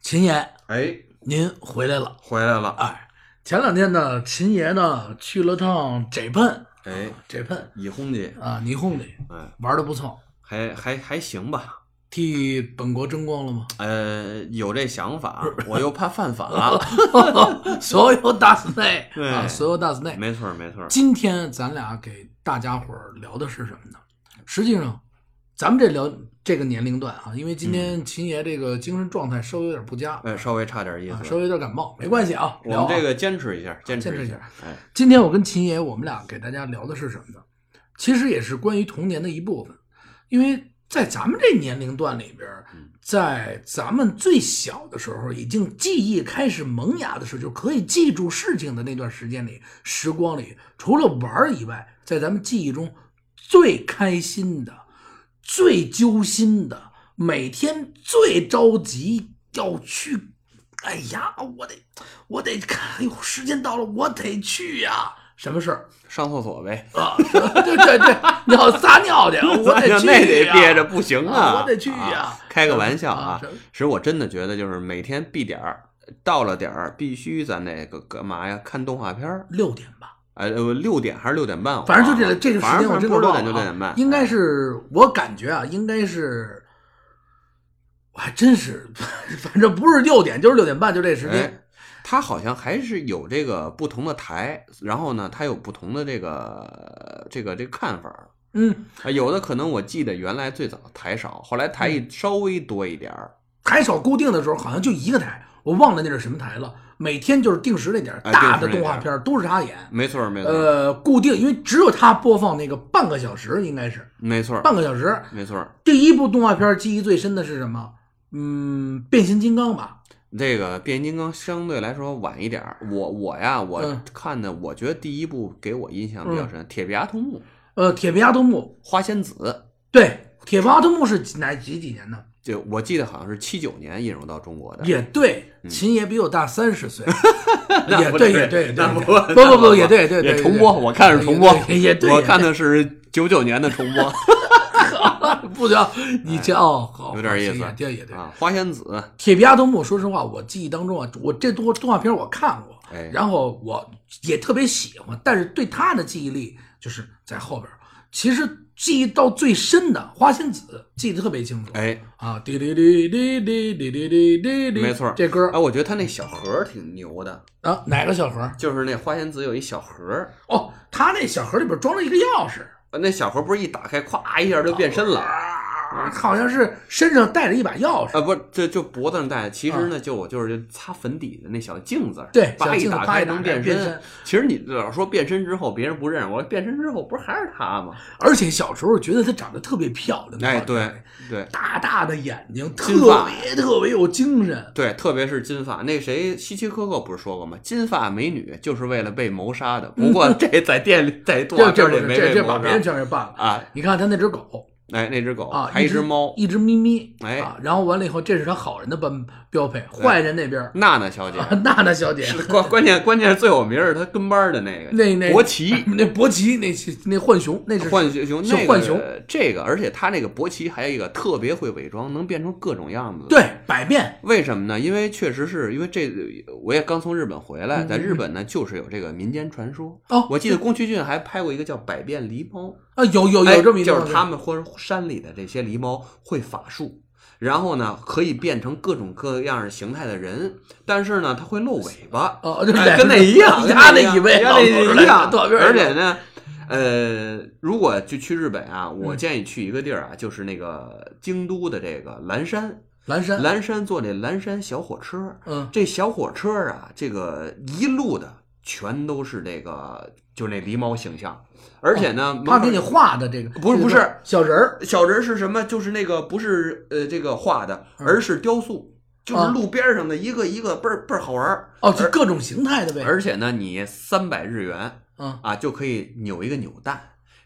秦爷，哎，您回来了。回来了，哎，前两天呢，秦爷呢去了趟 Japan，哎， ，Japan 已婚的，啊，霓虹里哎，玩的不错，还还还行吧，替本国争光了吗？ 呃，有这想法，我又怕犯法，所有大 s n 对啊，所有大 s n 没错儿没错儿，今天咱俩给大家伙儿聊的是什么呢？实际上，咱们这聊这个年龄段啊，因为今天秦爷这个精神状态稍微有点不佳，嗯哎，稍微差点意啊，思，稍微有点感冒，没关系啊。我聊们啊这个坚持一下，坚坚持持一下，哎，今天我跟秦爷，我们俩给大家聊的是什么呢？其实也是关于童年的一部分，因为在咱们这年龄段里边儿嗯，在咱们最小的时候，已经记忆开始萌芽的时候，就可以记住事情的那段时间里、时光里，除了玩儿以外，在咱们记忆中最开心的、最揪心的，每天最着急要去。哎呀，我得，我得看，哎呦，时间到了，我得去呀、什么事儿上厕所呗，哎啊？ 对对对，你要撒尿 去，我得去、呀那得憋着，不行啊我得去啊呀，开个玩笑啊啊这，其实我真的觉得就是每天必点儿。到了点儿必须咱那个干嘛呀？看动画片儿，六点吧，哎，呃六点还是六点半？我反正就忘这了这个时啊间，反我正真反正的不是六忘了点啊就六点半，应该哎是我感觉啊，应该是。我还真是， 反正不是六点就是六点半，就这时哎间。，它好像还是有这个不同的台，然后呢，它有不同的这个这个这个看法儿。嗯，啊有的可能我记得原来最早台少，后来台嗯一稍微多一点儿，台少固定的时候好像就一个台，我忘了那是什么台了。每天就是定时那点儿哎大的定动时那点儿嗯画片儿都是他演，没错儿没错儿，呃，固定，因为只有他播放那个半个小时，应该是没错儿半个小时。没错儿。第一部动画片记忆最深的是什么？嗯，变形金刚吧。这个变形金刚相对来说晚一点儿，我我呀，我嗯看的，我觉得第一部给我印象比较深，铁臂阿童木、呃，铁臂阿童木，花仙子，对，铁臂阿童木是几哪几几年的？就我记得好像是七九年引入到中国的，也对，秦爷比我大三十 岁，也嗯不对，对也对，也对，那不不不不，也对，对对，对也重播，我看是重播也，对也对，哦我也看的是九九年的重播对 不行，你这哦，好，哎有点意思秦爷对也对。啊，花仙子，铁臂阿童木，说实话，我记忆当中啊，我这多动画片我看过，哎，然后我也特别喜欢，但是对他的记忆力就是在后边儿。其实记忆到最深的花仙子记得特别清楚，哎啊，滴滴滴滴滴滴滴滴滴滴，没错儿这歌哎，我觉得他那小盒儿挺牛的，啊，哪个小盒儿？就是那花仙子有一小盒儿，哦，他那小盒里边装了一个钥匙，呃那小盒儿不是一打开，咵一下就变身了。啊，好像是身上带着一把钥匙，啊，不，这就脖子上戴，其实呢，就我就是就擦粉底的那小镜子，嗯对小叭镜一子打叭一开打开能变变身身。其实你老说变身之后别人不认识我，变身之后不是还是他吗？而且小时候觉得她长得特别漂亮，哎，对对大大的眼睛，特金发别特别有精神，对，特别是金发，那谁希区柯克不是说过吗？金发美女就是为了被谋杀的。不过这在店里在动嗯这这画片不里是没这被这把谋别人杀全给办了。啊。你看他那只狗，哎，那只狗啊，还一一只猫，一只咪咪，哎啊，然后完了以后，这是他好人的标标配，坏人那边儿 娜娜小姐。啊，娜娜小姐，关关键关键是最有名儿是她跟班儿的那个那那博奇那博奇，那是那浣熊， 那是浣熊，小那浣熊个这个，而且他那个博奇还有一个特别会伪装，能变成各种样子。，对百变，为什么呢？因为确实是因为这，我也刚从日本回嗯来，在日本呢就是有这个民间传说。哦我记得宫崎骏还拍过一个叫《百变狸猫》。啊，有有哎有这么一段就是他们或者山里的这些狸猫会法术，然后呢可以变成各种各样形态的人，但是呢它会露尾巴，哦，对哎跟那一 样，压跟那一位样压那一样，特别而且呢。呃，如果就去日本啊，嗯我建议去一个地儿啊，就是那个京都的这个岚山，蓝山，岚山坐那岚山小火车，嗯，这小火车啊，这个一路的全都是这个，就那狸猫形象，而且呢，门哦他口给你画的这个不是这个不是小人儿，小人儿是什么？就是那个不是呃这个画的，嗯而是雕塑，就啊是路边上的一个一个倍儿倍儿好玩儿。哦，就各种形态的呗，而且呢，你三百日元嗯，啊就可以扭一个扭蛋，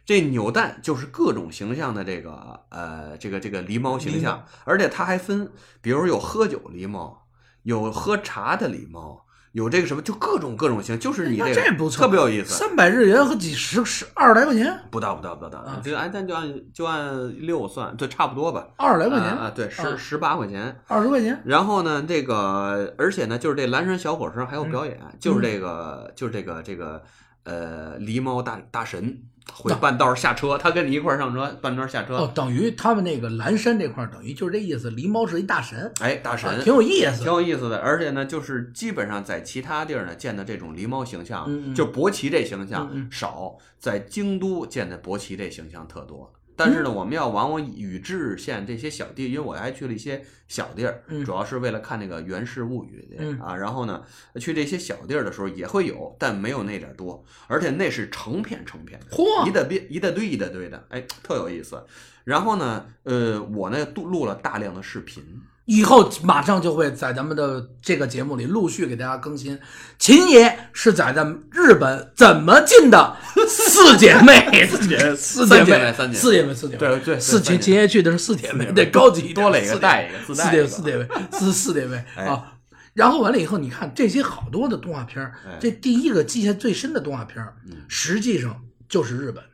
这扭蛋就是各种形象的这个呃这个这个狸猫形狸象，而且它还分，比如有喝酒狸猫，有喝茶的狸猫，有这个什么，就各种各种型，就是你那这这个不错特别有意思。三百日元和几十十二十来块钱，不到不到不到不到啊，就按咱就按就按六算，就差不多吧。二十来块啊，啊啊钱，对，啊十十八块钱。二十块钱，然后呢，这个而且呢，就是这蓝山小火车还有表演，嗯就是这个就是这个这个呃狸猫大大神会啊半道儿下车，他跟你一块儿上车，半道儿下车。哦，等于他们那个蓝山这块儿，等于就是这意思。狸猫是一大神，哎，大神、啊挺有意挺思。有意思的，而且呢，就是基本上在其他地儿呢见的这种狸猫形象，嗯嗯就博奇这形象嗯嗯少，在京都见的博奇这形象特多。但嗯是呢，我们要往我宇治县这些小地，因为我还去了一些小地儿，嗯主要是为了看那个《源氏物语》嗯啊。然后呢，去这些小地儿的时候也会有，但没有那点儿多，而且那是成片成片的，一嚯，大堆一大堆一大堆的，哎，特有意思。然后呢，呃，我呢录录了大量的视频，以后马上就会在咱们的这个节目里陆续给大家更新。秦爷是在咱们日本怎么进的四姐 妹？四姐四姐三姐妹妹三姐妹四姐妹四姐妹对对四三秦姐秦爷去的是四姐妹， 四姐妹得高级一点多了一四个姐妹带一个，自四带一点个四点位，四四点位哎啊。然后完了以后，你看这些好多的动画片儿哎，这第一个记下最深的动画片儿嗯，实际上就是日本的。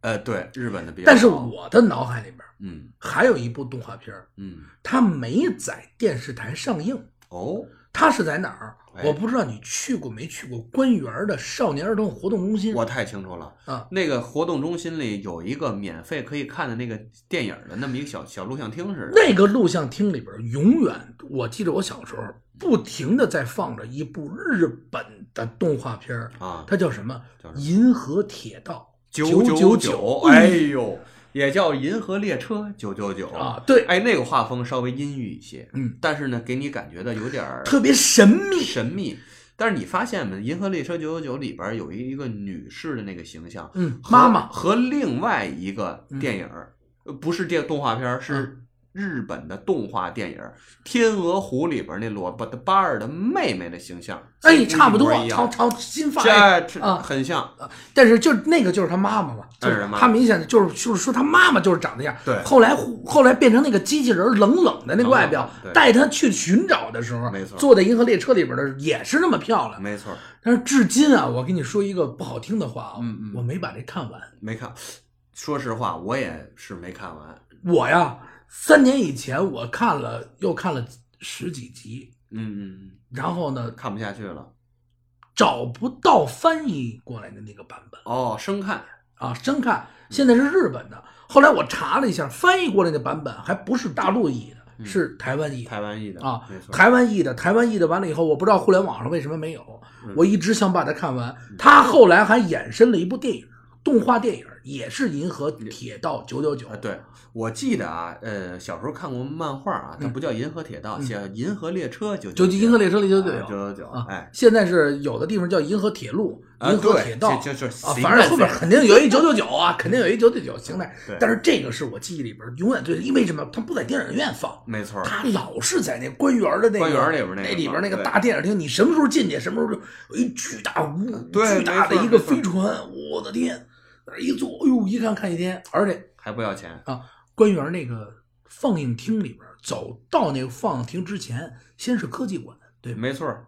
呃，对，日本的比较但是好我的脑海里边儿嗯还有一部动画片儿，嗯，它没在电视台上映，哦，它是在哪儿？哎我不知道你去过没去过官园的少年儿童活动中心我太清楚了。啊？那个活动中心里有一个免费可以看的那个电影的那么一个小小录像厅似的。那个录像厅里边儿永远，我记得我小时候不停的在放着一部日本的动画片儿啊它叫什么？叫什么银河铁道九九九，，哎呦，也叫《银河列车》九九九啊对哎，那个画风稍微阴郁一些，嗯，但是呢，给你感觉到有点儿特别神秘。神秘。但是你发现没，《银河列车九九九》里边有一个女士的那个形象，嗯，和妈妈嗯和另外一个电影儿，呃不是电动画片儿，是日本的动画电影儿《天鹅湖》里边儿那罗伯特巴尔的妹妹的形象，哎，几乎差不一多模一，朝样，朝新发呀。这这啊很像，但是就那个就是他妈妈嘛，就那是是他妈妈他明显的就是就是说他妈妈就是长那样。对后来后来变成那个机器人儿冷冷的那个外冷表冷对，带他去寻找的时候，没错坐在银河列车里边的也是那么漂亮。没错儿，但是至今啊，我跟你说一个不好听的话啊，嗯嗯我没把这看完。没看。说实话，我也是没看完。我呀，三年以前我看了又看了十几集，嗯嗯，然后呢嗯，看不下去了。找不到翻译过来的那个版本哦，生看啊，真看现在是日本的。后来我查了一下，翻译过来的版本还不是大陆译的，是台湾译的嗯台湾译的啊没，错儿。台湾译的，台湾译的完了以后，我不知道互联网上为什么没有嗯，我一直想把它看完。它后来还衍生了一部电影，动画电影也是《银河铁道九九九啊，》，对，我记得啊，呃，小时候看过漫画啊，它不叫《银河铁道》，叫《银河列车》，就就银河列车里嗯九九九九九九，啊哎，，现在是有的地方叫银河铁路、啊银河对铁道，就就就是啊，随反正便后边在肯定有一九九九啊，肯定有一九九九形态对。但是这个是我记忆里边永远最，因为什么？它不在电影院放，没错儿，它老是在那官园的那个嗯官园里边那那个里边那个对大电影厅，你什么时候进去，什么时候就有一巨大屋，对巨大的没错一个没错飞船，我的天，那儿一坐，哎呦，一看看一天，而且还不要钱，啊，官园那个放映厅里边，走到那个放映厅之前，先是科技馆，对吗？ 没错儿。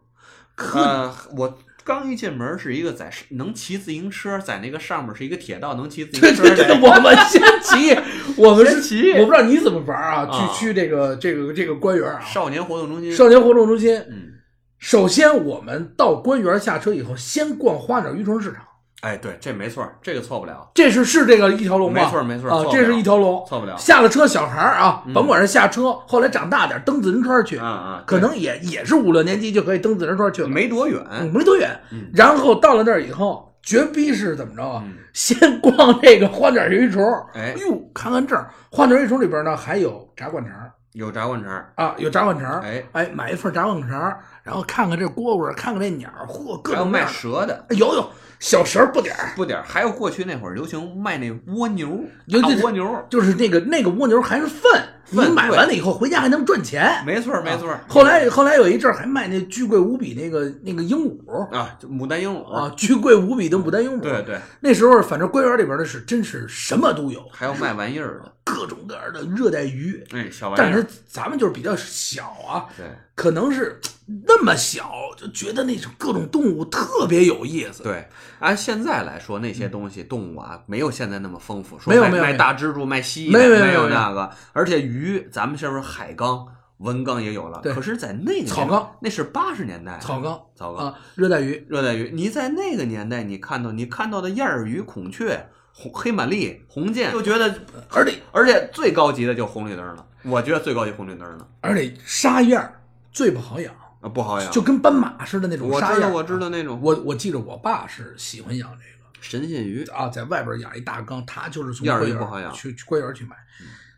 科呃，我刚一进门是一个在能骑自行车，在那个上面是一个铁道，能骑自对行车对的。对，对我们 先骑，我们是先骑我不知道你怎么玩啊？啊去去这个这个这个官园啊，少年活动中心，少年活动中心。嗯，首先，我们到官园下车以后，先逛花鸟鱼虫市场，哎，对，这没错儿，这个错不了，这是是这个一条龙吧？没错没错啊错，不了这是一条龙，错不了嗯下了车，小孩儿啊，甭管是下车，后来长大点儿蹬自行车去啊，啊，可能也也是五六年级就可以蹬自行车去了，没多远，嗯没多远嗯。然后到了那儿以后，绝逼是怎么着啊嗯？先逛这个花鸟鱼虫，哎呦，看看这儿，花鸟鱼虫里边呢还有炸灌肠儿有炸灌肠儿，啊，有炸灌肠儿，哎哎，买一份炸灌肠儿，然后看看这蝈蝈儿，看看这鸟儿，嚯，各还有种卖各样蛇的。的，哎有有小蛇儿不点儿，不点儿，还有过去那会儿流行卖那蜗牛，有大这蜗牛，就是那个那个蜗牛还是粪，你买完了以后回家还能赚钱。啊没错儿没错儿。后来后来有一阵儿还卖那巨贵无比那个那个鹦鹉啊，就牡丹鹦鹉，啊，巨贵无比的牡丹鹦鹉。对，对，那时候反正公园里边的是真是什么都有，还有卖玩意儿的，各种各样的热带鱼。 哎，小玩但意是儿。咱们就是比较小啊，对可能是那么小就觉得那种各种动物特别有意思。对，按现在来说，那些东西动物啊，没有现在那么丰富。说没有卖没有没卖有大蜘蛛、卖蜥蜴，没有没有没没有那个。而且鱼，咱们这边海缸、文缸也有了，对可是，在那个草年缸，那是八十年代啊草缸草缸啊，热带鱼，热带鱼，你在那个年代，你看到你看到的燕儿鱼、孔雀、红黑玛丽、红箭，就觉得，而且而且最高级的就红绿灯了。我觉得最高级红绿灯了而且沙燕儿最不好养，啊，不好养。就跟斑马似的那种我沙知燕道，儿。啊我知道那种我我记着我爸是喜欢养这个神仙鱼，啊，在外边养一大缸，他就是从燕儿公鱼不好园养去去公园去买，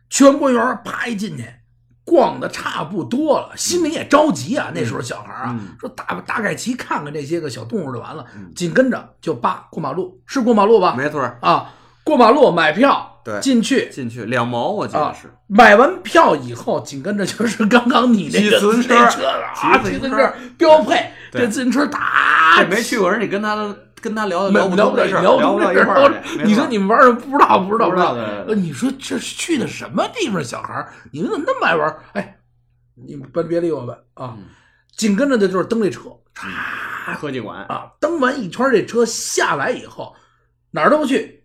去完公园啪一进去。逛的差不多了，心里也着急啊。那时候小孩啊，嗯说大大概齐看看这些个小动物就完了。嗯紧跟着就爸过马路，是过马路吧？没错儿，啊，过马路买票，对进去进去两毛，我记得啊是。买完票以后，紧跟着就是刚刚你那个骑自行车那车啊，骑骑自自行行车车标配，对这自行车打这没去过人，你跟他跟他聊啊没聊不聊通不这了事儿，聊聊不到一块儿儿 去。 没你错说你们玩儿的不知道，不知道，不知道对呃你说这是去的什么地方？小孩儿，你们怎么那么爱玩儿？哎，你们别别理我们啊嗯！紧跟着的就是蹬这车，嚓科技馆，啊，蹬完一圈儿这车下来以后，哪儿都不去，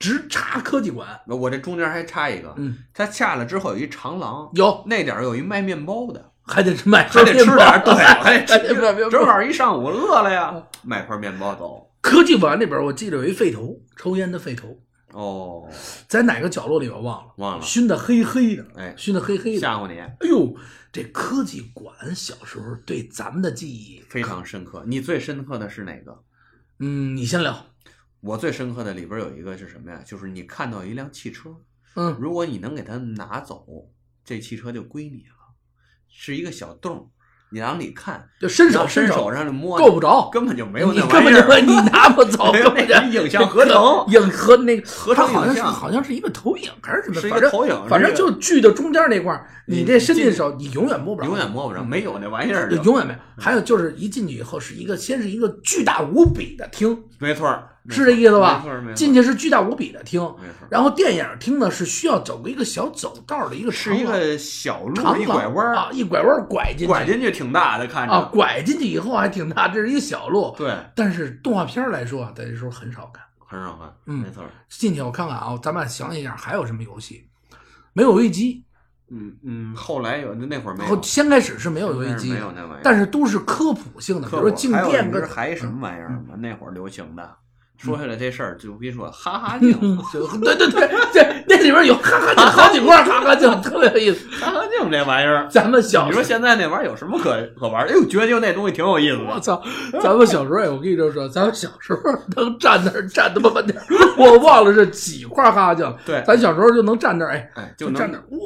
直插科技馆。我这中间还插一个，嗯，他下来之后有一长廊，有那点儿有一卖面包的，还得买还得吃点儿，对，对，还得吃面包点，正好一上午饿了嗯 呀，买块面包走。科技馆里边，我记得有一废头，抽烟的废头，哦，在哪个角落里边忘了，忘了，熏得黑黑的，哎，熏得黑黑的。吓唬你，哎呦，这科技馆小时候对咱们的记忆，非常深刻。你最深刻的是哪个？嗯，你先聊，我最深刻的里边有一个是什么呀？就是你看到一辆汽车， 嗯如果你能给它拿走，这汽车就归你了，是一个小洞儿，你往里看，就伸手然后伸手上去摸，够不着，根本就没有你那根玩意本就儿，你拿不走，没根有本那就影像合成影和那个合它成好像影是像好像是一个投影还是什么，是一反个正投影，反正是就聚到中间那块儿，你你这伸进进手，你永远摸不着，永远摸不着，没有那玩意儿就，永远没有。嗯还有就是一进去以后是一个先是一个巨大无比的厅，没错儿，没是错这儿意思吧没错儿，没错儿，进去是巨大无比的厅，没错儿，然后电影厅呢是需要走过一个小走道的一个是一长廊个小路，长一廊拐弯儿，啊，一拐弯儿拐进去拐进去挺大的，看啊，着，拐进去以后还挺大，这是一个小路。对，但是动画片儿来说啊，在这时候很少看。很好看，嗯没错儿，进去我看看啊，咱们想一下还有什么游戏？没有游戏机，嗯嗯，后来有那会儿没有后，先开始是没有游那戏是机没的有，那玩意儿，但是都是科普性的，比可如不说静还有电你跟嗯知道还有什么玩意儿吗？那会儿流行的。说起来这事儿，就我跟你说，哈 哈镜，嗯，就对对对，这那里边有哈哈镜好几罐哈哈镜，特别有意思。哈哈镜这玩意儿，咱们小你时说候，现在那玩意儿有什么可可玩儿的？哎呦，觉得就那东西挺有意思我的。操，咱们小时候，哎，我跟你这么说，咱们小时候能站那儿站他妈半天儿，我忘了是几块哈哈镜了。对，咱小时候就能站那儿，哎，哎，就能站那儿，我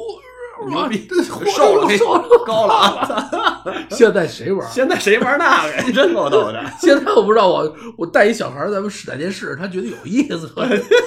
牛我逼这活，瘦了，瘦了。高了啊！ 现在谁玩儿？现在谁玩那个？ 真够逗的，现在我不知道，我我带一小孩儿，咱们使在电视，他觉得有意思。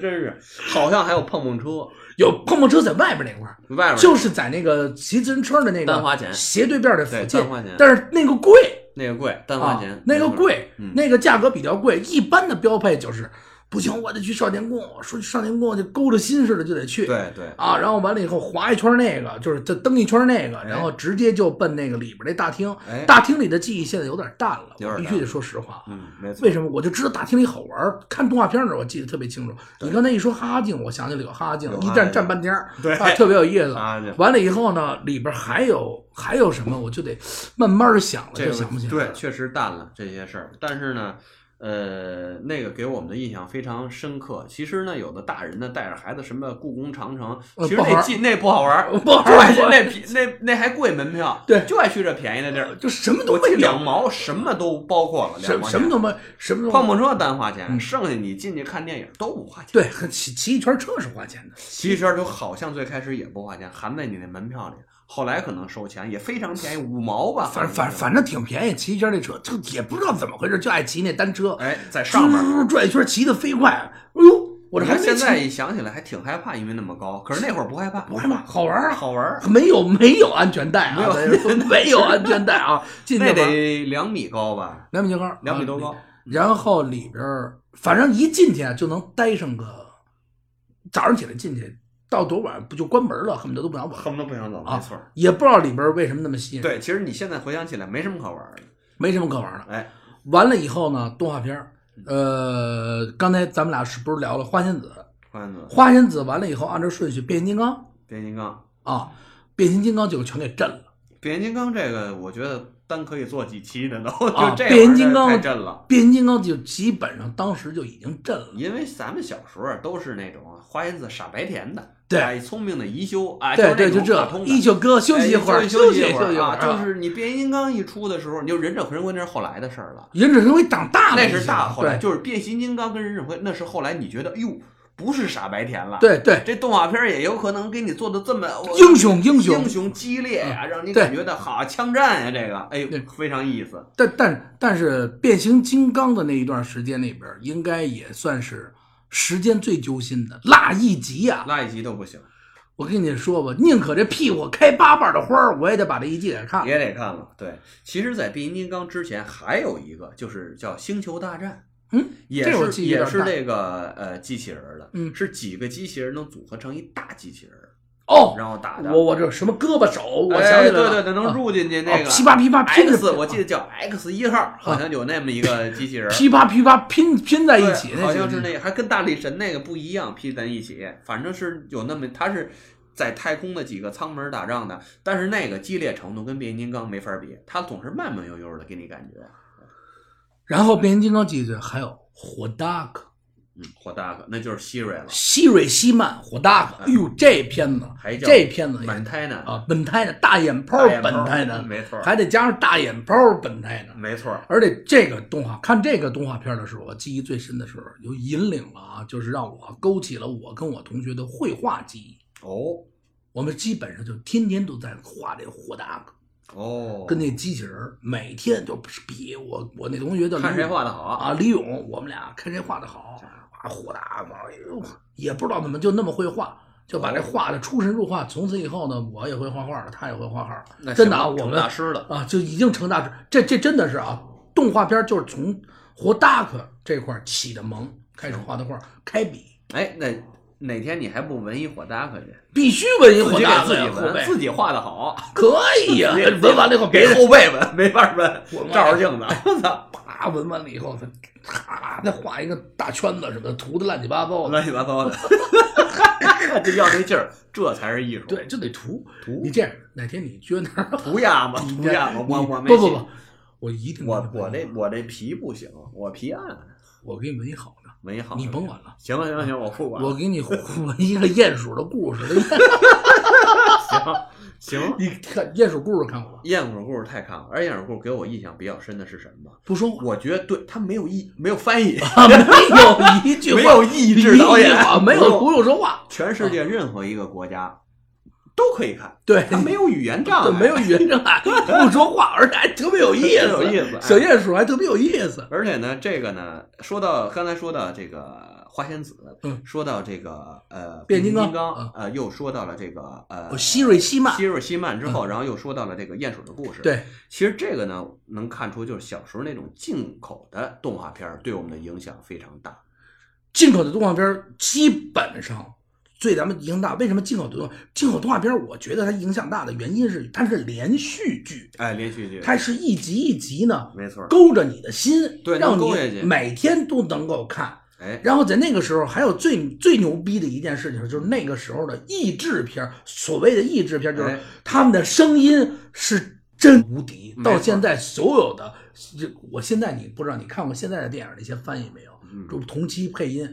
真是。好像还有碰碰车，有碰碰车在外边那块儿，外边就是在那个骑自行车的那单个花钱，斜对面的附对，近单，花钱，但是那个贵。那个贵，单花啊钱，那个贵嗯，那个价格比较贵。一般的标配就是，不行，我得去少年宫。说去少年宫就勾着心似的就得去。对对，啊，然后完了以后划一圈那个，就是再蹬一圈那个，哎然后直接就奔那个里边那大厅。哎，大厅里的记忆现在有点淡了，有点我必淡须得说实话。嗯，没错为，什么？我就知道大厅里好玩儿看动画片的时候我记得特别清楚。你刚才一说哈哈镜，我想起来有哈哈镜有，哈一哈站镜站半天儿， 对啊特别有意思。啊，这完了以后呢，里边还有还有什么，我就得慢慢的想了，这就个想不起来了。对，确实淡了这些事儿。但是呢，呃，那个给我们的印象非常深刻。其实呢，有的大人呢带着孩子什么故宫、长城，呃其实不好玩那儿进那不好玩儿，不好就爱玩去儿那便那那还贵门票，对呃就爱去这便宜的地儿。就什么都我没记有，两毛，什么都包括了，什两毛什钱么都没，什么都碰碰车单花钱，嗯剩下你进去看电影都不花钱。对，很骑骑一圈车是花钱的，其实就好像最开始也不花钱，含在你那门票里，后来可能收钱，也非常便宜，五毛吧。反反反正挺便宜，骑一圈那车，就也不知道怎么回事，就爱骑那单车，哎，在嗖上面嗖嗖转一圈，骑得飞快，哎呦，我这还没现在清一想起来还挺害怕，因为那么高。可是那会儿不害怕，不害怕，好玩儿啊，好玩儿。没有没有安全带没啊，有咱说没有安全带啊，进去那吧，得两米高吧，两米多高，啊两米多高。然后里边儿反正一进去啊就能待上个，早上起来进去到多晚不就关门了，恨不得都不想走，恨不得不想走，啊没错儿。也不知道里边儿为什么那么吸引，，对，其实你现在回想起来没什么可玩儿的。没什么可玩儿的。哎，完了以后呢，动画片儿，呃，刚才咱们俩是不是聊了花仙子？欢子、花仙子完了以后，按照顺序变形金刚变形金刚、啊，变形金刚就全给震了。变形金刚这个，我觉得单可以做几期的都，啊就这变形金玩意儿刚太震了。变形金刚就基本上当时就已经震了，因为咱们小时候啊都是那种花仙子傻白甜的，对哎聪明的宜修啊，对是对，那就种这普通，的一休哥休息一会哎儿，休息一会休息一儿会啊！儿，就是你变形金刚一出的时候，你就忍者神龟那是后来的事儿了，忍者神龟长大了那已经，是大后来，对就是变形金刚跟忍者神龟那是后来你觉得，哎呦，不是傻白甜了，，对对，这动画片儿也有可能给你做的这么英雄英英雄，嗯雄激烈呀、让你对感觉到好枪战呀、这个哎对呦非常意思，但但但是变形金刚的那一段时间里边儿，应该也算是时间最揪心的，辣一啊集呀、那一集都不行，我跟你说吧，宁可这屁股开八瓣的花儿，我也得把这一季给看了。也得看了。对，其实，在变形金刚之前还有一个，就是叫《星球大战》。嗯，也这我是记忆有也点是大这个呃机器人儿的，嗯是几个机器人能组合成一大机器人儿，哦，然后打的。我我这什么胳膊手，我哎想起来了，对对对，能啊入进去那啊个噼啪噼啪拼着 X，我记得叫 X 一号，好像有那么一个机器人儿，啊噼啪噼啪拼拼在一起对那好些像是东西那个，还跟大力神那个不一样，拼在一起，反正是有那么，它是在太空的几个舱门打仗的，但是那个激烈程度跟变形金刚没法比，它总是慢慢悠悠的给你感觉，然后变形金刚记得还有火大克。嗯，火大哥，那就是希瑞了，希瑞希曼火大克，哎呦，这片子还，叫这片子也满胎呢，啊，本胎的大眼泡大眼泡本胎的，没错还得加上大眼泡本胎的。没错，而且这个动画，看这个动画片的时候，我记忆最深的时候，就引领了啊，就是让我勾起了我跟我同学的绘画记忆。哦我们基本上就天天都在画这火大哥，哦，跟那机器人儿，每天就比我我那同学叫李看谁勇画的好啊，李勇，我们俩看谁画的好啊，火大嘛，哎呦，也不知道怎么就那么会画，就把哦这画的出神入化。从此以后呢，我也会画画了，他也会画画了，那真的啊行了我成们大师了，啊，就已经成大师。这这真的是啊，动画片就是从活大克这块儿起的萌，开始画的画，开笔哎，那哪天你还不文艺火大可去？必须文艺自活己大克给自呀己后纹，背自己画 的好，可以呀、别纹完了以后别给人后背纹，没法纹 我，妈照着镜子，我操，啪纹完了以后，再咔再画一个大圈子什么的，涂的乱七八糟的。乱七八 糟的， 就要那劲儿，这才是艺术。对，就得涂涂你这样，哪天你撅那 儿，涂鸦嘛，你涂这鸦嘛，我你我没不不信不，我一定我给你我纹一这好我这皮不行，我皮暗，我给你纹一好的，没好。你甭管了，行了，行了，行了，我不管了。我给你纹一个鼹鼠的故事。 行，你看鼹鼠故事看过吧？鼹鼠故事太看了，而鼹鼠故事给我印象比较深的是什么？不说话，我觉得对他没有意，没有翻译，啊，没有一句话，没有意志导演啊，没有不用说话，全世界任何一个国家都可以看，对，它没有语言障对碍，没有语言障碍，不说话，而且还特别有意思，特别有意思哎小鼹鼠还特别有意思，而且呢，这个呢，说到刚才说到这个花仙子，嗯说到这个呃变形形金刚刚嗯，呃，又说到了这个呃哦希瑞希曼嗯希瑞希曼之后，然后又说到了这个鼹鼠的故事。，对，其实这个呢，能看出就是小时候那种进口的动画片儿对我们的影响非常大。进口的动画片儿基本上对咱们影响大。为什么进口的动进口动画片？儿，我觉得它影响大的原因是它是连续剧，哎，连续剧，它是一集一集呢没错儿。勾着你的心，对让能你勾下去每天都能够看。哎，然后在那个时候，还有最最牛逼的一件事情，就是那个时候的译制片儿，所谓的译制片儿，就是哎他们的声音是真无敌。没错到现在，所有的，这我现在你不知道，你看过现在的电影那些翻译没有？嗯就同期配音，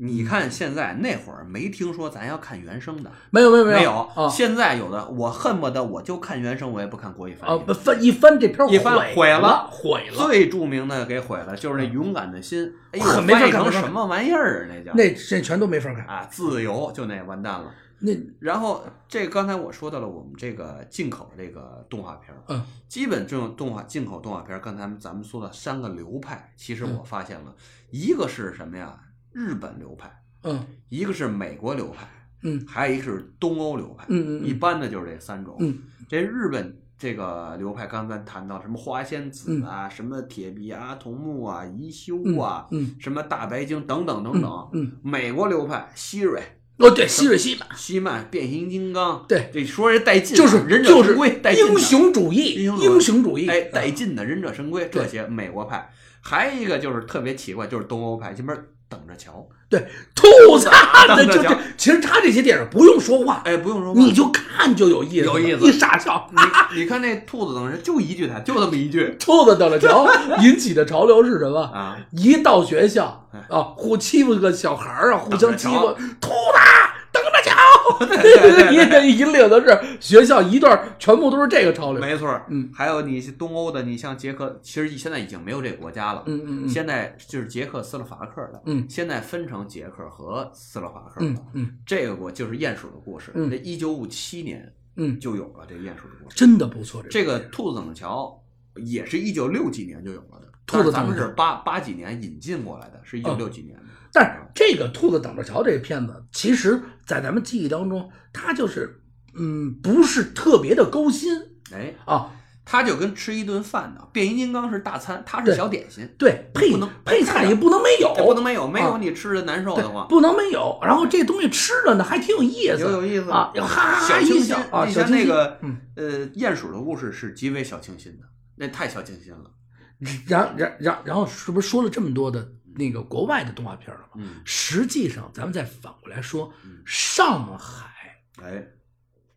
你看现在那会儿没听说咱要看原声的，没有没有没有没啊现在有的我恨不得我就看原声，我也不看国语翻啊译。！翻一翻这片儿一翻毁毁了了毁了，最著名的给毁了，就是那勇敢的心，哎呦，很我没法翻译看成没法什么玩意儿啊？那叫那这全都没法看。啊，自由就那完蛋了。那然后这刚才我说到了我们这个进口这个动画片儿，嗯，基本这种动画进口动画片儿，刚才咱嗯们说的三个流派，其实我发现了，一个是什么呀？日本流派，嗯一个是美国流派，嗯，还有一个是东欧流派，嗯嗯嗯一般的就是这三种。嗯，这日本这个流派，刚才咱谈到什么花仙子啊，什么铁臂阿童木啊、宜修啊，嗯嗯什么大白鲸等等等嗯等。嗯，美国流派，希瑞、哦对，希瑞希曼希曼、变形金刚，对，这说人带劲啊，就是忍者就是神龟，带劲的英，雄主义，英雄主义英雄主义，嗯哎，带劲的忍者神龟，这对些美国派。还有一个就是特别奇怪，就是东欧派，前面等着瞧，哎吐子啊当的特就效这，其实他这些电影不用说话，哎，不用说话，你就看就有意思了，有意思一傻笑。你你看那兔子等人就一句台词，就这么一句兔子等着瞧， 引起的潮流是什么？啊，一到学校哎啊，互欺负个小孩儿啊，互相欺负等着瞧，兔子等着瞧， 对对 对一引领的是学校一段，全部都是这个潮流。没错儿，嗯还有你东欧的，你像捷克，其实现在已经没有这个国家了，嗯嗯嗯现在就是捷克斯洛伐克了，嗯现在分成捷克和斯洛伐克了。嗯嗯这个国就是鼹鼠的故事，嗯那一九五七年嗯，就有了这鼹鼠的故事。真的不错，这个电影兔子等着瞧也是一九六几年就有了的，兔子等着瞧哦但是咱们是八八几年引进过来的，是一九六几年的。但是这个兔子等着瞧这片子，其实，在咱们记忆当中，它就是嗯，不是特别的勾心哎，啊。它就跟吃一顿饭呢，变形金刚是大餐，它是对小点心，对，配不能配菜也不能没有，哎不能没有，没有啊你吃的难受对的慌。不能没有。然后这东西吃了呢，还挺有意思，有有意思啊，哈哈哈小一清笑新，啊，你小像清那新个嗯，呃鼹鼠的故事是极为小清新的，那太小清新了。然然然然后是不是说了这么多的那个国外的动画片了吗？嗯，实际上，咱们再反过来说嗯，上海哎，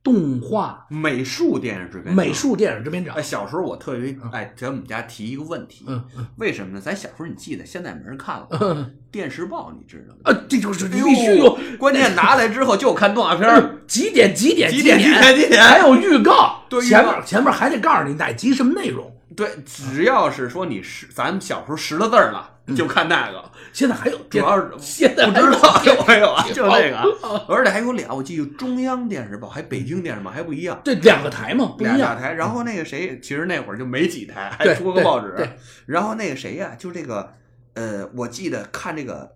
动画美术电影制片厂美。术电影制片厂哎，，小时候我特别哎给我们家提一个问题，嗯嗯为什么呢？咱小时候你记得，现在没人看了。嗯 电视报你知道吗？啊，这就是哎呦必须有。关键拿来之后就看动画片儿，几点几点嗯几点点几点几点还有预告，对预前告面前面还得告诉你哪集什么内容。对，只要是说你识，咱们小时候识了字儿了，就看那个。现在还有主嗯电， 哎要是现在不还有知道电有没有啊？就报这个 啊，而且还有俩，我记得中央电视报还北京电视报还不一样，这两个台嘛嗯不一俩样，嗯大台。然后那个谁，其实那会儿就没几台，还对出个报纸对对。然后那个谁呀，就这个呃，我记得看这个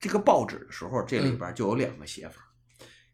这个报纸的时候，这里嗯边就有两个写法，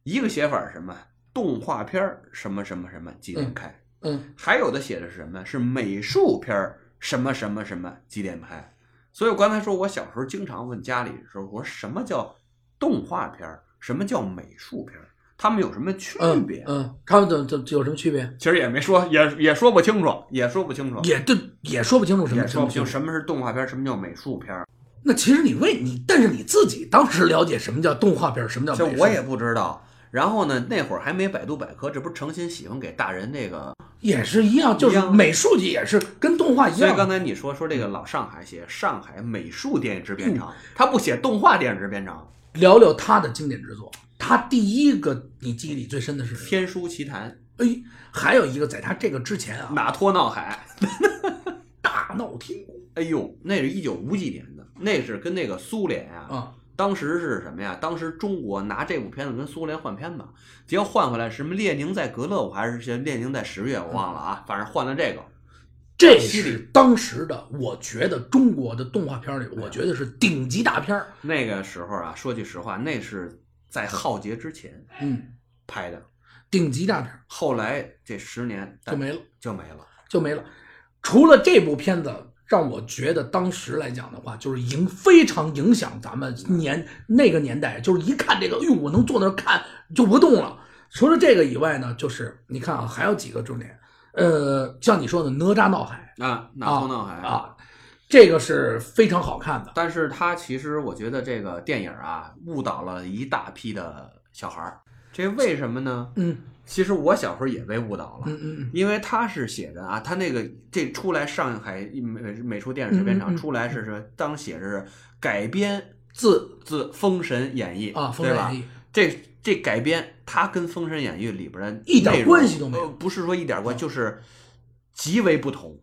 一个写法是什么？动画片儿什么什么什么几点开？嗯，还有的写的是什么？是美术片儿什么什么什么几点拍？所以我刚才说，我小时候经常问家里的时候，我说什么叫动画片儿，什么叫美术片儿，他们有什么区嗯别？嗯，他们怎怎有什么区别？其实也没说，也也说不清楚，也说不清楚，也对，也说不清楚什么也什说么不区清别什么是动画片儿，什么叫美术片儿。那其实你为你，但是你自己当时了解什么叫动画片，什么这叫美术我也不知道。然后呢，那会儿还没百度百科，这不是诚心喜欢给大人那个也是一样，就一是样美术界也是跟动画一所以样刚的。才你说说这个老上海写上海美术电影制嗯片厂，他不写动画电影制片厂，聊聊他的经典之作，他第一个你记忆里最深的是《什天书奇谭么？哎，还有一个在他这个之前》啊，马托闹海，大闹天宫哎呦，那是一九五几年的，那是跟那个苏联啊，啊，当时是什么呀？当时中国拿这部片子跟苏联换片子，结果换回来什么列宁在格勒，我还是列宁在十月，我忘了嗯啊，反正换了这个。这犀利是当时的，我觉得中国的动画片里，我觉得是顶级大片儿。那个时候啊，说句实话，那是在浩劫之前嗯，拍的，顶级大片儿后来这十年就没了，啊就没了。就没了。除了这部片子，让我觉得当时来讲的话，就是影非常影响咱们年那个年代，就是一看这个，哟，我能坐那儿看就不动了。除了这个以外呢，就是你看啊，还有几个重点，呃，像你说的《哪吒闹海啊，马托闹海》啊，这个是非常好看的。但是它其实我觉得这个电影啊，误导了一大批的小孩儿。这为什么呢？嗯其实我小时候也被误导了，嗯嗯因为他是写的啊，他那个这出来上海美美术电影制嗯片嗯厂嗯出来是是当写是改编自自《封神演义嗯》啊，《封神对吧演？义》这这改编，它跟《封神演义》里边的一点内容关系都没有嗯呃不是说一点关系，就是极为不同。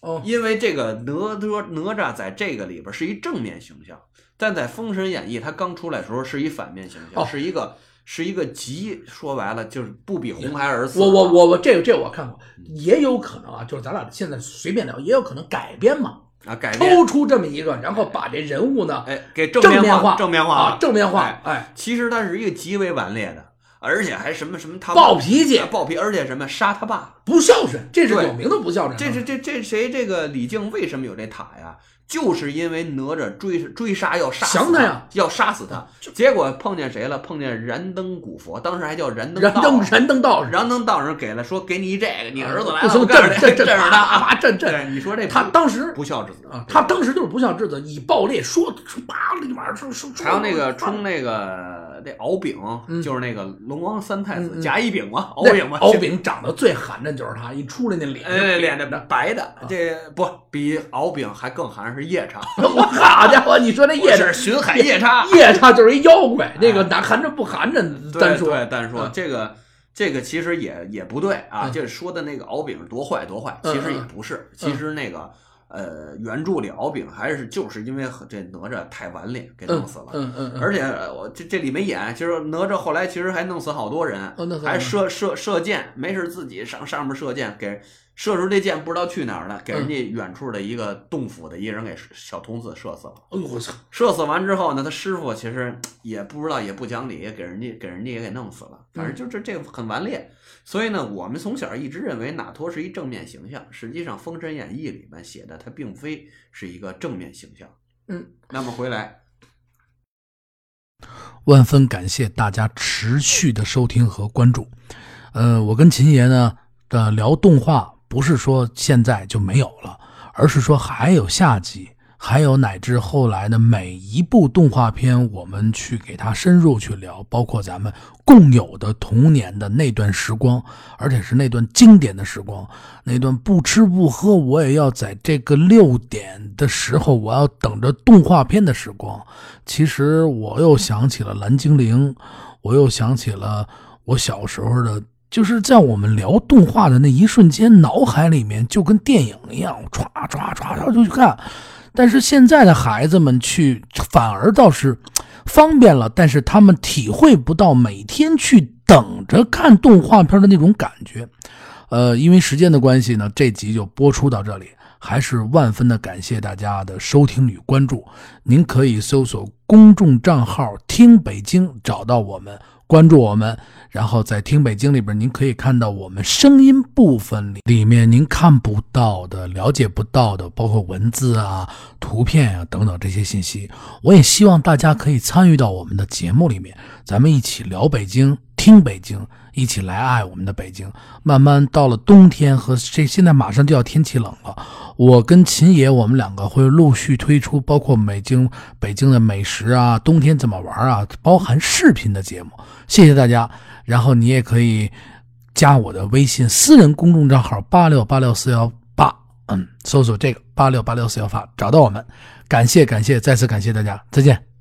哦，因为这个哪吒哪吒在这个里边是一正面形象，但在《封神演义》它刚出来的时候是一反面形象，哦是一个是一个极，说白了就是不比红孩儿死。我我我我这个这个我看过，也有可能啊，就是咱俩现在随便聊，也有可能改编嘛。啊，改变，抽出这么一个，然后把这人物呢哎，给正正面化，正正面化啊了，，正面化哎，哎，其实他是一个极为顽劣的，而且还什么什么他暴脾气啊，暴脾，而且什么杀他爸，不孝顺，这是对有名的不孝顺。啊这是这这谁这个李靖为什么有这塔呀？就是因为哪吒追追杀要杀死降他呀，啊要杀死他，结果碰见谁了？碰见燃灯古佛，当时还叫燃灯燃道灯啊燃灯道士，燃灯道人给了说给你一这个，你儿子来不了，行我告诉你，震震这是他啊，啊，震震，对，你说这他不当时不孝之子啊，他当时就是不孝之子，以暴力说叭那玩意儿说说，说还有那个冲那个那敖丙，嗯就是那个龙王三太子甲乙丙嘛，敖那丙嘛，嗯敖丙嗯长得最寒碜就是他，一出来那脸，哎，脸的白啊的，这不比敖丙还更寒是夜叉，我 好家伙，你说那夜是叉巡海夜叉。夜叉就是一妖怪，那个哪寒碜不寒碜，哎对单说对，单说嗯这个这个其实也也不对啊，嗯就是说的那个敖丙多坏多坏，嗯其实也嗯不是，其实那个。呃，原著里敖丙还是就是因为和这哪吒太顽劣给弄嗯死了，嗯嗯嗯，而且呃我这这里没演，其实哪吒后来其实还弄死好多人，哦弄死好多人还射射射箭，没事自己上上面射箭，给射出这箭不知道去哪儿了，给嗯人家远处的一个洞府的一人给小童子射死了。哎呦我操，射死完之后呢，他师傅其实也不知道，也不讲理，也给人家给人家也给弄死了。反正就这这个很顽劣，所以呢，我们从小一直认为哪托是一正面形象，实际上《封神演义》里面写的他并非是一个正面形象。嗯，那么回来。万分感谢大家持续的收听和关注。呃，我跟秦爷呢的聊动画，不是说现在就没有了，而是说还有下集，还有乃至后来的每一部动画片，我们去给它深入去聊，包括咱们共有的童年的那段时光，而且是那段经典的时光，那段不吃不喝，我也要在这个六点的时候，我要等着动画片的时光。其实我又想起了蓝精灵，我又想起了我小时候的，就是在我们聊动画的那一瞬间，脑海里面就跟电影一样，唰唰唰唰就去看。但是现在的孩子们去，反而倒是方便了，但是他们体会不到每天去等着看动画片的那种感觉。呃，因为时间的关系呢，这集就播出到这里，还是万分的感谢大家的收听与关注。您可以搜索公众账号“听北京”找到我们，关注我们，然后在“听北京”里边，您可以看到我们声音部分里里面您看不到的、了解不到的，包括文字啊、图片啊等等这些信息。我也希望大家可以参与到我们的节目里面，咱们一起聊北京，听北京，一起来爱我们的北京。慢慢到了冬天和这现在马上就要天气冷了，我跟秦爷我们两个会陆续推出包括北京北京的美食啊，冬天怎么玩啊，包含视频的节目。谢谢大家，然后你也可以加我的微信私人公众账号八六八六四幺八，嗯，搜索这个八六八六四幺八找到我们。感谢感谢，再次感谢大家，再见。